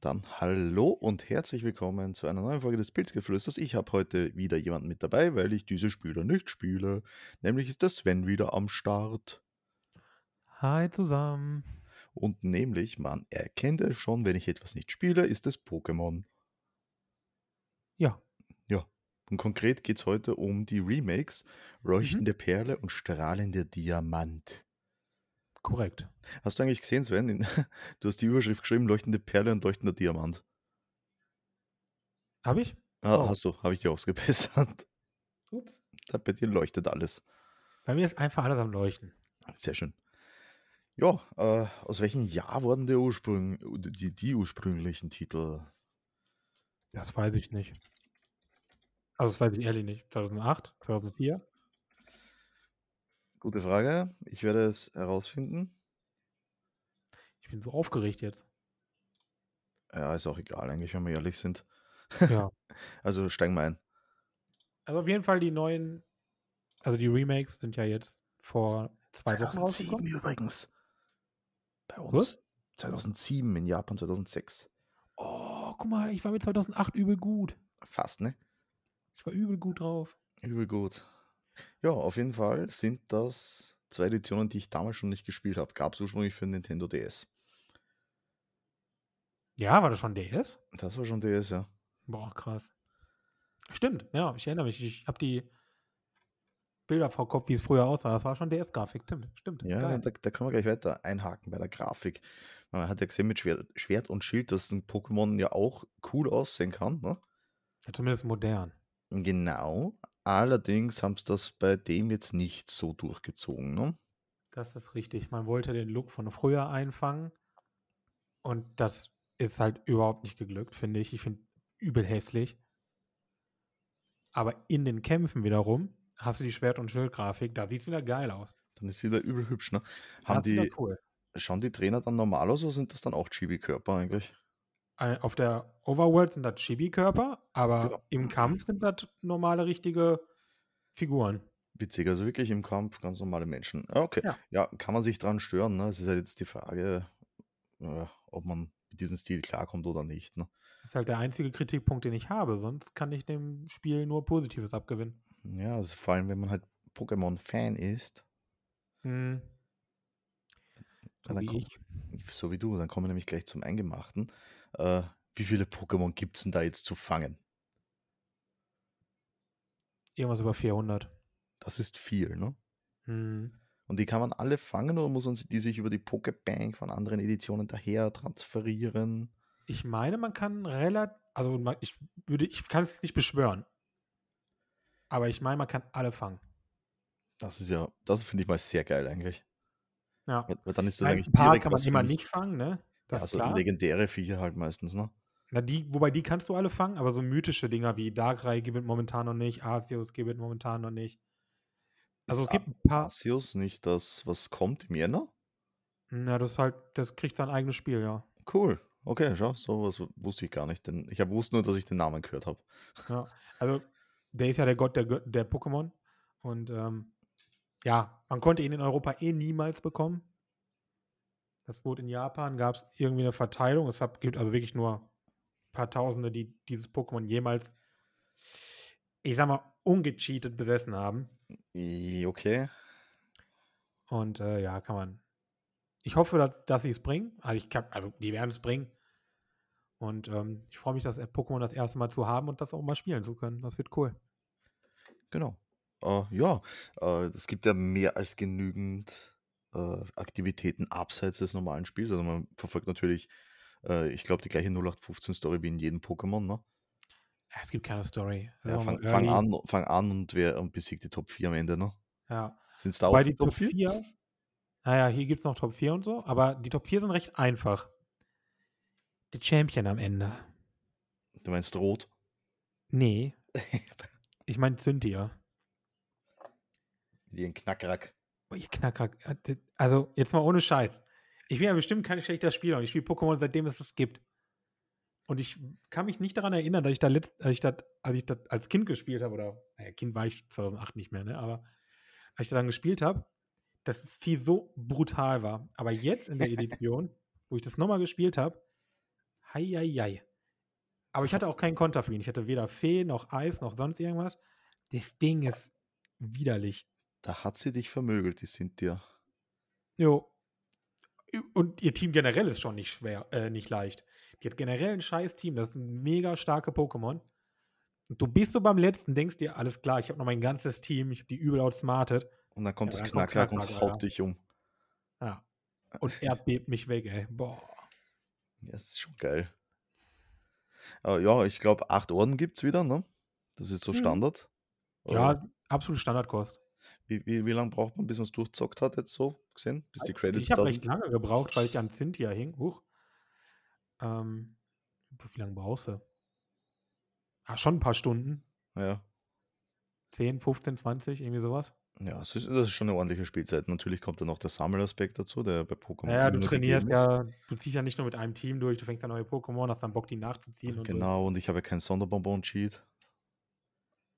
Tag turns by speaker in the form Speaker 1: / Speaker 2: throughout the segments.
Speaker 1: Dann hallo und herzlich willkommen zu einer neuen Folge des Pilzgeflüsters. Ich habe heute wieder jemanden mit dabei, weil ich diese Spiele nicht spiele. Nämlich ist der Sven wieder am Start.
Speaker 2: Hi zusammen.
Speaker 1: Und nämlich, man erkennt es schon, wenn ich etwas nicht spiele, ist es Pokémon.
Speaker 2: Ja.
Speaker 1: Ja. Und konkret geht es heute um die Remakes Leuchtende
Speaker 2: Mhm.
Speaker 1: Perle und Strahlende Diamant.
Speaker 2: Korrekt.
Speaker 1: Hast du eigentlich gesehen, Sven? In, du hast die Überschrift geschrieben, Leuchtende Perle und Leuchtender Diamant.
Speaker 2: Habe ich?
Speaker 1: Ah,
Speaker 2: Oh.
Speaker 1: Hast du, habe ich dir ausgebessert.
Speaker 2: Ups.
Speaker 1: Da bei dir leuchtet alles.
Speaker 2: Bei mir ist einfach alles am Leuchten.
Speaker 1: Sehr schön. Ja, äh, aus welchem Jahr wurden die, Ursprung, die, die ursprünglichen Titel?
Speaker 2: Das weiß ich nicht. Also das weiß ich ehrlich nicht. 2008, 2004.
Speaker 1: Gute Frage. Ich werde es herausfinden.
Speaker 2: Ich bin so aufgeregt jetzt.
Speaker 1: Ja, ist auch egal eigentlich, wenn wir ehrlich sind.
Speaker 2: ja.
Speaker 1: Also steigen wir ein.
Speaker 2: Also auf jeden Fall die neuen, also die Remakes sind ja jetzt vor zwei Wochen rausgekommen.
Speaker 1: übrigens. Bei
Speaker 2: uns.
Speaker 1: 2007, in Japan 2006.
Speaker 2: Oh, guck mal, ich war mit 2008 übel gut.
Speaker 1: Fast, ne?
Speaker 2: Ich war übel gut drauf.
Speaker 1: Übel gut. Ja, auf jeden Fall sind das zwei Editionen, die ich damals schon nicht gespielt habe. Gab es ursprünglich für Nintendo DS.
Speaker 2: Ja, war das schon DS?
Speaker 1: Das war schon DS, ja.
Speaker 2: Boah, krass. Stimmt, ja, ich erinnere mich. Ich habe die Bilder vor Kopf, wie es früher aussah. Das war schon DS-Grafik, stimmt. Stimmt.
Speaker 1: Ja,
Speaker 2: geil.
Speaker 1: da, da können wir gleich weiter einhaken bei der Grafik. Man hat ja gesehen mit Schwert, Schwert und Schild, dass ein Pokémon ja auch cool aussehen kann. Ne?
Speaker 2: ja zumindest modern.
Speaker 1: Genau. Allerdings haben sie das bei dem jetzt nicht so durchgezogen. Ne?
Speaker 2: Das ist richtig. Man wollte den Look von früher einfangen. Und das ist halt überhaupt nicht geglückt, finde ich. Ich finde übel hässlich. Aber in den Kämpfen wiederum hast du die Schwert- und Schildgrafik. Da sieht es wieder geil aus.
Speaker 1: Dann ist wieder übel hübsch. Ne? Haben
Speaker 2: Das ist wieder
Speaker 1: die,
Speaker 2: cool.
Speaker 1: schauen die Trainer dann normal aus oder sind das dann auch Chibi-Körper eigentlich?
Speaker 2: Ein- Äh, Auf der Overworld sind das Chibi-Körper, aber
Speaker 1: Genau.
Speaker 2: im Kampf sind das normale, richtige Figuren.
Speaker 1: Witzig, also wirklich im Kampf ganz normale Menschen. Ah, Okay,
Speaker 2: Ja.
Speaker 1: ja, kann man sich dran stören. Ne? Es ist halt jetzt die Frage, ja, ob man mit diesem Stil klarkommt oder nicht. Ne?
Speaker 2: Das ist halt der einzige Kritikpunkt, den ich habe. Sonst kann ich dem Spiel nur Positives abgewinnen.
Speaker 1: Ja, also vor allem, wenn man halt Pokémon-Fan ist. Mhm.
Speaker 2: Hm.
Speaker 1: Ja,
Speaker 2: So
Speaker 1: dann
Speaker 2: wie
Speaker 1: kommt,
Speaker 2: ich.
Speaker 1: so wie du, dann kommen wir nämlich gleich zum Eingemachten. Äh, wie viele Pokémon gibt es denn da jetzt zu fangen?
Speaker 2: Irgendwas über 400.
Speaker 1: Das ist viel, ne?
Speaker 2: Hm.
Speaker 1: Und die kann man alle fangen oder muss man sie- die sich über die Pokébank von anderen Editionen daher transferieren?
Speaker 2: Ich meine, man kann relativ, also man- ich würde, ich kann es nicht beschwören. Aber ich meine, man kann alle fangen.
Speaker 1: Das ist ja, das finde ich mal sehr geil eigentlich.
Speaker 2: Ja.
Speaker 1: Weil, weil dann ist das
Speaker 2: Ein
Speaker 1: eigentlich
Speaker 2: paar
Speaker 1: direkt
Speaker 2: kann man
Speaker 1: was
Speaker 2: immer
Speaker 1: für mich-
Speaker 2: nicht fangen, ne?
Speaker 1: Ja,
Speaker 2: Das ist
Speaker 1: also
Speaker 2: klar.
Speaker 1: legendäre Viecher halt meistens, ne?
Speaker 2: Na, die, wobei die kannst du alle fangen, aber so mythische Dinger wie Darkrai gibt es momentan noch nicht, Arceus gibt es momentan noch nicht. Also
Speaker 1: Ist
Speaker 2: es gibt ein paar.
Speaker 1: Arceus nicht das, was kommt im Jänner?
Speaker 2: Na, das ist halt, das kriegt sein eigenes Spiel, ja.
Speaker 1: Cool. Okay, schau, sowas wusste ich gar nicht, denn ich hab- wusste nur, dass ich den Namen gehört habe.
Speaker 2: ja. Also, der ist ja der Gott der, Gö- der Pokémon. Und ähm, ja, man konnte ihn in Europa eh niemals bekommen. Das wurde in Japan, gab es irgendwie eine Verteilung. Es hab, gibt also wirklich nur ein paar Tausende, die dieses Pokémon jemals, ich sag mal, ungecheatet besessen haben.
Speaker 1: Okay.
Speaker 2: Und äh, ja, kann man. Ich hoffe, dass, dass sie es bringen. Also, ich kann, also die werden es bringen. Und ähm, ich freue mich, das Pokémon das erste Mal zu haben und das auch mal spielen zu können. Das wird cool.
Speaker 1: Genau. Äh, ja, äh, es gibt ja mehr als genügend äh, Aktivitäten abseits des normalen Spiels. Also man verfolgt natürlich, äh, ich glaube, die gleiche 0815-Story wie in jedem Pokémon. Ne?
Speaker 2: Ja, Es gibt keine Story.
Speaker 1: Ja,
Speaker 2: Also,
Speaker 1: fang,
Speaker 2: early-
Speaker 1: fang, an, fang an und wer und besiegt die Top 4 am Ende. Ne?
Speaker 2: Ja.
Speaker 1: Sind es da auch
Speaker 2: Bei die Top 4. Naja, hier gibt es noch Top 4 und so, aber die Top 4 sind recht einfach. Der Champion am Ende.
Speaker 1: Du meinst Rot?
Speaker 2: Nee, ich meine Cynthia.
Speaker 1: Mit ihren Knackrack.
Speaker 2: Oh, ihr Knacker. Also, jetzt mal ohne Scheiß. Ich bin ja bestimmt kein schlechter Spieler und ich spiele Pokémon seitdem es es gibt. Und ich kann mich nicht daran erinnern, dass ich da letzt, als ich das, als ich das als Kind gespielt habe, oder, naja, Kind war ich 2008 nicht mehr, ne, aber als ich daran gespielt habe, dass das Vieh so brutal war. Aber jetzt in der Edition, wo ich das nochmal gespielt habe, Heieiei. Aber ich hatte auch keinen Konter für ihn. Ich hatte weder Fee noch Eis noch sonst irgendwas. Das Ding ist widerlich.
Speaker 1: Da hat sie dich vermögelt, die sind dir.
Speaker 2: Jo. Und ihr Team generell ist schon nicht schwer, äh, nicht leicht. Die hat generell ein scheiß Team. Das sind mega starke Pokémon. Und du bist so beim letzten, denkst dir, alles klar, ich habe noch mein ganzes Team, ich habe die übel outsmartet.
Speaker 1: Und dann kommt
Speaker 2: Ja,
Speaker 1: das
Speaker 2: dann kommt
Speaker 1: Knackhack und
Speaker 2: Knackhack,
Speaker 1: haut
Speaker 2: ja.
Speaker 1: dich um.
Speaker 2: Ja. Und erdbebt mich weg, ey. Boah.
Speaker 1: Ja, das ist schon geil. Aber ja, ich glaube, acht Orden gibt es wieder, ne? Das ist so
Speaker 2: Mhm.
Speaker 1: Standard. Oder
Speaker 2: Ja, absolut Standardkost.
Speaker 1: Wie, wie, wie lange braucht man, bis man es durchzockt hat, jetzt so gesehen? Bis die Credits
Speaker 2: Äh, Ich habe
Speaker 1: da
Speaker 2: recht
Speaker 1: sind?
Speaker 2: lange gebraucht, weil ich an Cynthia hing. Huch. Ähm, wie lange brauchst du? Ah, schon ein paar Stunden.
Speaker 1: Ah Ja.
Speaker 2: 10, 15, 20, irgendwie sowas.
Speaker 1: Ja, es ist, das ist schon eine ordentliche Spielzeit. Natürlich kommt dann noch der Sammelaspekt dazu, der bei Pokémon.
Speaker 2: Ja,
Speaker 1: immer
Speaker 2: du
Speaker 1: gegeben
Speaker 2: trainierst
Speaker 1: ist.
Speaker 2: ja, du ziehst ja nicht nur mit einem Team durch, du fängst ja neue Pokémon, hast dann Bock, die nachzuziehen und so.
Speaker 1: Genau, und ich habe keinen Sonderbonbon-Cheat.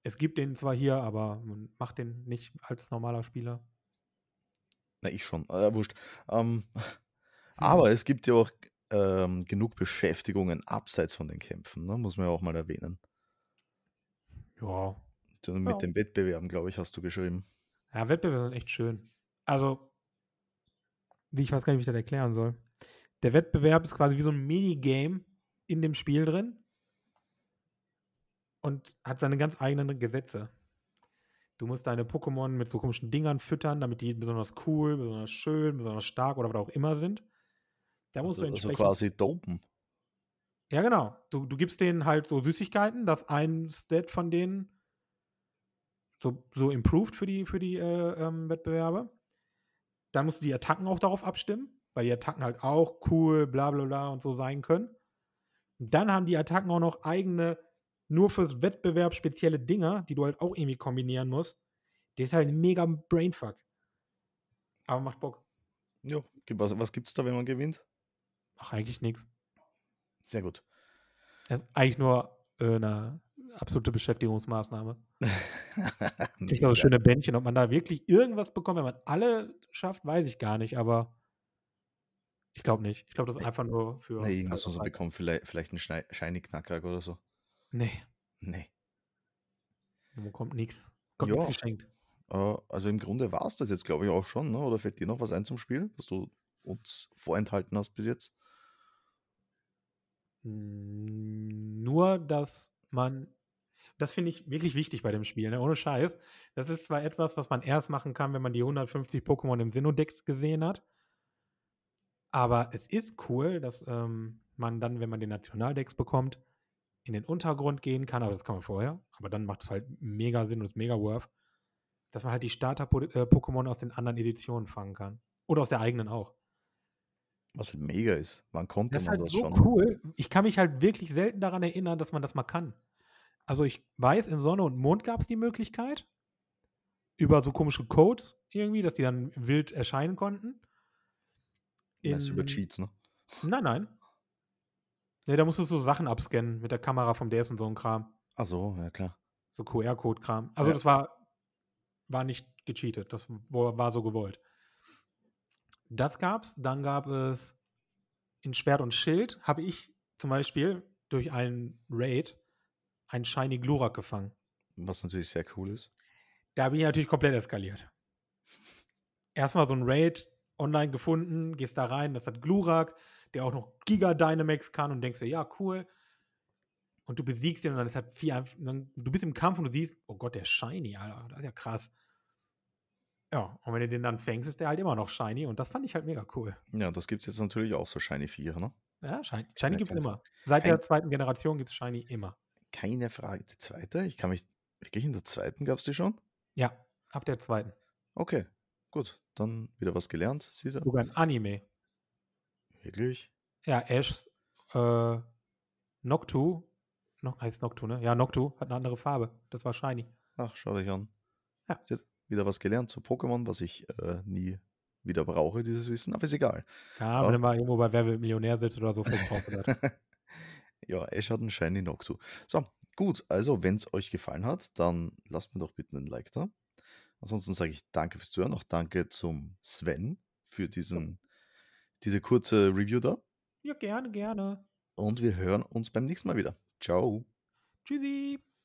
Speaker 2: Es gibt den zwar hier, aber man macht den nicht als normaler Spieler.
Speaker 1: Na, ich schon. Äh, wurscht.
Speaker 2: Mhm.
Speaker 1: Ähm, aber es gibt ja auch ähm, genug Beschäftigungen abseits von den Kämpfen, ne? muss man ja auch mal erwähnen.
Speaker 2: Ja.
Speaker 1: Du, mit
Speaker 2: Ja.
Speaker 1: den Wettbewerben, glaube ich, hast du geschrieben.
Speaker 2: Ja, Wettbewerbe sind echt schön. Also, wie ich weiß gar nicht, wie ich das erklären soll. Der Wettbewerb ist quasi wie so ein Minigame in dem Spiel drin und hat seine ganz eigenen Gesetze. Du musst deine Pokémon mit so komischen Dingern füttern, damit die besonders cool, besonders schön, besonders stark oder was auch immer sind. Da musst
Speaker 1: Also, also
Speaker 2: du entsprechend
Speaker 1: quasi dopen.
Speaker 2: ja, genau. Du, du gibst denen halt so Süßigkeiten, dass ein Stat von denen so, so improved für die, für die äh, ähm, Wettbewerbe. Dann musst du die Attacken auch darauf abstimmen, weil die Attacken halt auch cool, bla bla bla und so sein können. Und dann haben die Attacken auch noch eigene, nur fürs Wettbewerb spezielle Dinger, die du halt auch irgendwie kombinieren musst. Das ist halt ein mega Brainfuck. Aber macht Bock.
Speaker 1: Ja. Was, was gibt es da, wenn man gewinnt?
Speaker 2: Ach, eigentlich nichts.
Speaker 1: Sehr gut.
Speaker 2: Das ist eigentlich nur äh, eine absolute Beschäftigungsmaßnahme. Kriegt auch so
Speaker 1: Mega.
Speaker 2: schöne Bändchen. Ob man da wirklich irgendwas bekommt, wenn man alle schafft, weiß ich gar nicht, aber ich glaube nicht. Ich glaube, das ist einfach nur für.
Speaker 1: Na, irgendwas muss man
Speaker 2: Zeitvertreib.
Speaker 1: bekommen, vielleicht, vielleicht einen Schnei- Shiny Knackhack oder so.
Speaker 2: Nee,
Speaker 1: Nee.
Speaker 2: man bekommt nichts. Kommt
Speaker 1: Ja.
Speaker 2: nichts geschenkt.
Speaker 1: Äh, also im Grunde war es das jetzt, glaube ich, auch schon, ne? Oder fällt dir noch was ein zum Spiel, was du uns vorenthalten hast bis jetzt?
Speaker 2: Mm, Nur, dass man. Das finde ich wirklich wichtig bei dem Spiel, ne? ohne Scheiß. Das ist zwar etwas, was man erst machen kann, wenn man die 150 Pokémon im Sinnodex gesehen hat. Aber es ist cool, dass ähm, man dann, wenn man den Nationaldex bekommt, in den Untergrund gehen kann. Also das kann man vorher, aber dann macht es halt mega Sinn und ist mega worth, dass man halt die Starter-Pokémon aus den anderen Editionen fangen kann. Oder aus der eigenen auch.
Speaker 1: Was halt mega ist. Wann konnte
Speaker 2: Das ist
Speaker 1: man
Speaker 2: halt
Speaker 1: Genau das
Speaker 2: so
Speaker 1: schon?
Speaker 2: cool. Ich kann mich halt wirklich selten daran erinnern, dass man das mal kann. Also ich weiß, in Sonne und Mond gab es die Möglichkeit, über so komische Codes irgendwie, dass die dann wild erscheinen konnten.
Speaker 1: Meist über
Speaker 2: In-
Speaker 1: Cheats, ne?
Speaker 2: Nein, nein. Nee, da musstest du so Sachen abscannen mit der Kamera vom DS und so ein Kram.
Speaker 1: Achso, Also, ja klar.
Speaker 2: So QR-Code-Kram. Also
Speaker 1: Ja.
Speaker 2: das war, war nicht gecheatet. Das wo- war so gewollt. Das gab's. Dann gab es in Schwert und Schild habe ich zum Beispiel durch einen Raid einen Shiny Glurak gefangen.
Speaker 1: Was natürlich sehr cool ist.
Speaker 2: Da bin ich natürlich komplett eskaliert. Erstmal so ein Raid online gefunden, gehst da rein, das hat Glurak, der auch noch Giga Dynamax kann und denkst dir, ja, cool. Und du besiegst ihn und dann ist halt viel einfach, dann, du bist im Kampf und du siehst, oh Gott, der ist Shiny, Alter, das ist ja krass. Ja, und wenn du den dann fängst, ist der halt immer noch Shiny und das fand ich halt mega cool.
Speaker 1: Ja, das gibt es jetzt natürlich auch so Shiny 4, ne?
Speaker 2: Ja, Shiny, Shiny
Speaker 1: Ja,
Speaker 2: gibt es
Speaker 1: kein-
Speaker 2: immer. Seit der
Speaker 1: kein-
Speaker 2: zweiten Generation gibt es Shiny immer.
Speaker 1: Keine Frage. Die zweite? Ich kann mich. Wirklich in der zweiten gab es die schon?
Speaker 2: Ja, ab der zweiten.
Speaker 1: Okay, gut. Dann wieder was gelernt. Siehst du?
Speaker 2: Sogar im Anime.
Speaker 1: Wirklich?
Speaker 2: Ja, Ash, äh, Noctu, no, heißt Noctu, ne? Ja, Noctu hat eine andere Farbe. Das war shiny.
Speaker 1: Ach, schau dich an.
Speaker 2: Ja.
Speaker 1: Siehst du? Wieder was gelernt zu Pokémon, was ich äh, nie wieder brauche, dieses Wissen, aber ist egal.
Speaker 2: Ja,
Speaker 1: Ja.
Speaker 2: wenn du mal irgendwo bei Wer wird Millionär sitzt oder so, vielleicht brauchst du das.
Speaker 1: ja, Ash hat einen Shiny Noctu. So, gut, also wenn es euch gefallen hat, dann lasst mir doch bitte einen Like da. Ansonsten sage ich danke fürs Zuhören, auch danke zum Sven für diesen, diese kurze Review da.
Speaker 2: Ja, gerne, gerne.
Speaker 1: Und wir hören uns beim nächsten Mal wieder. Ciao.
Speaker 2: Tschüssi.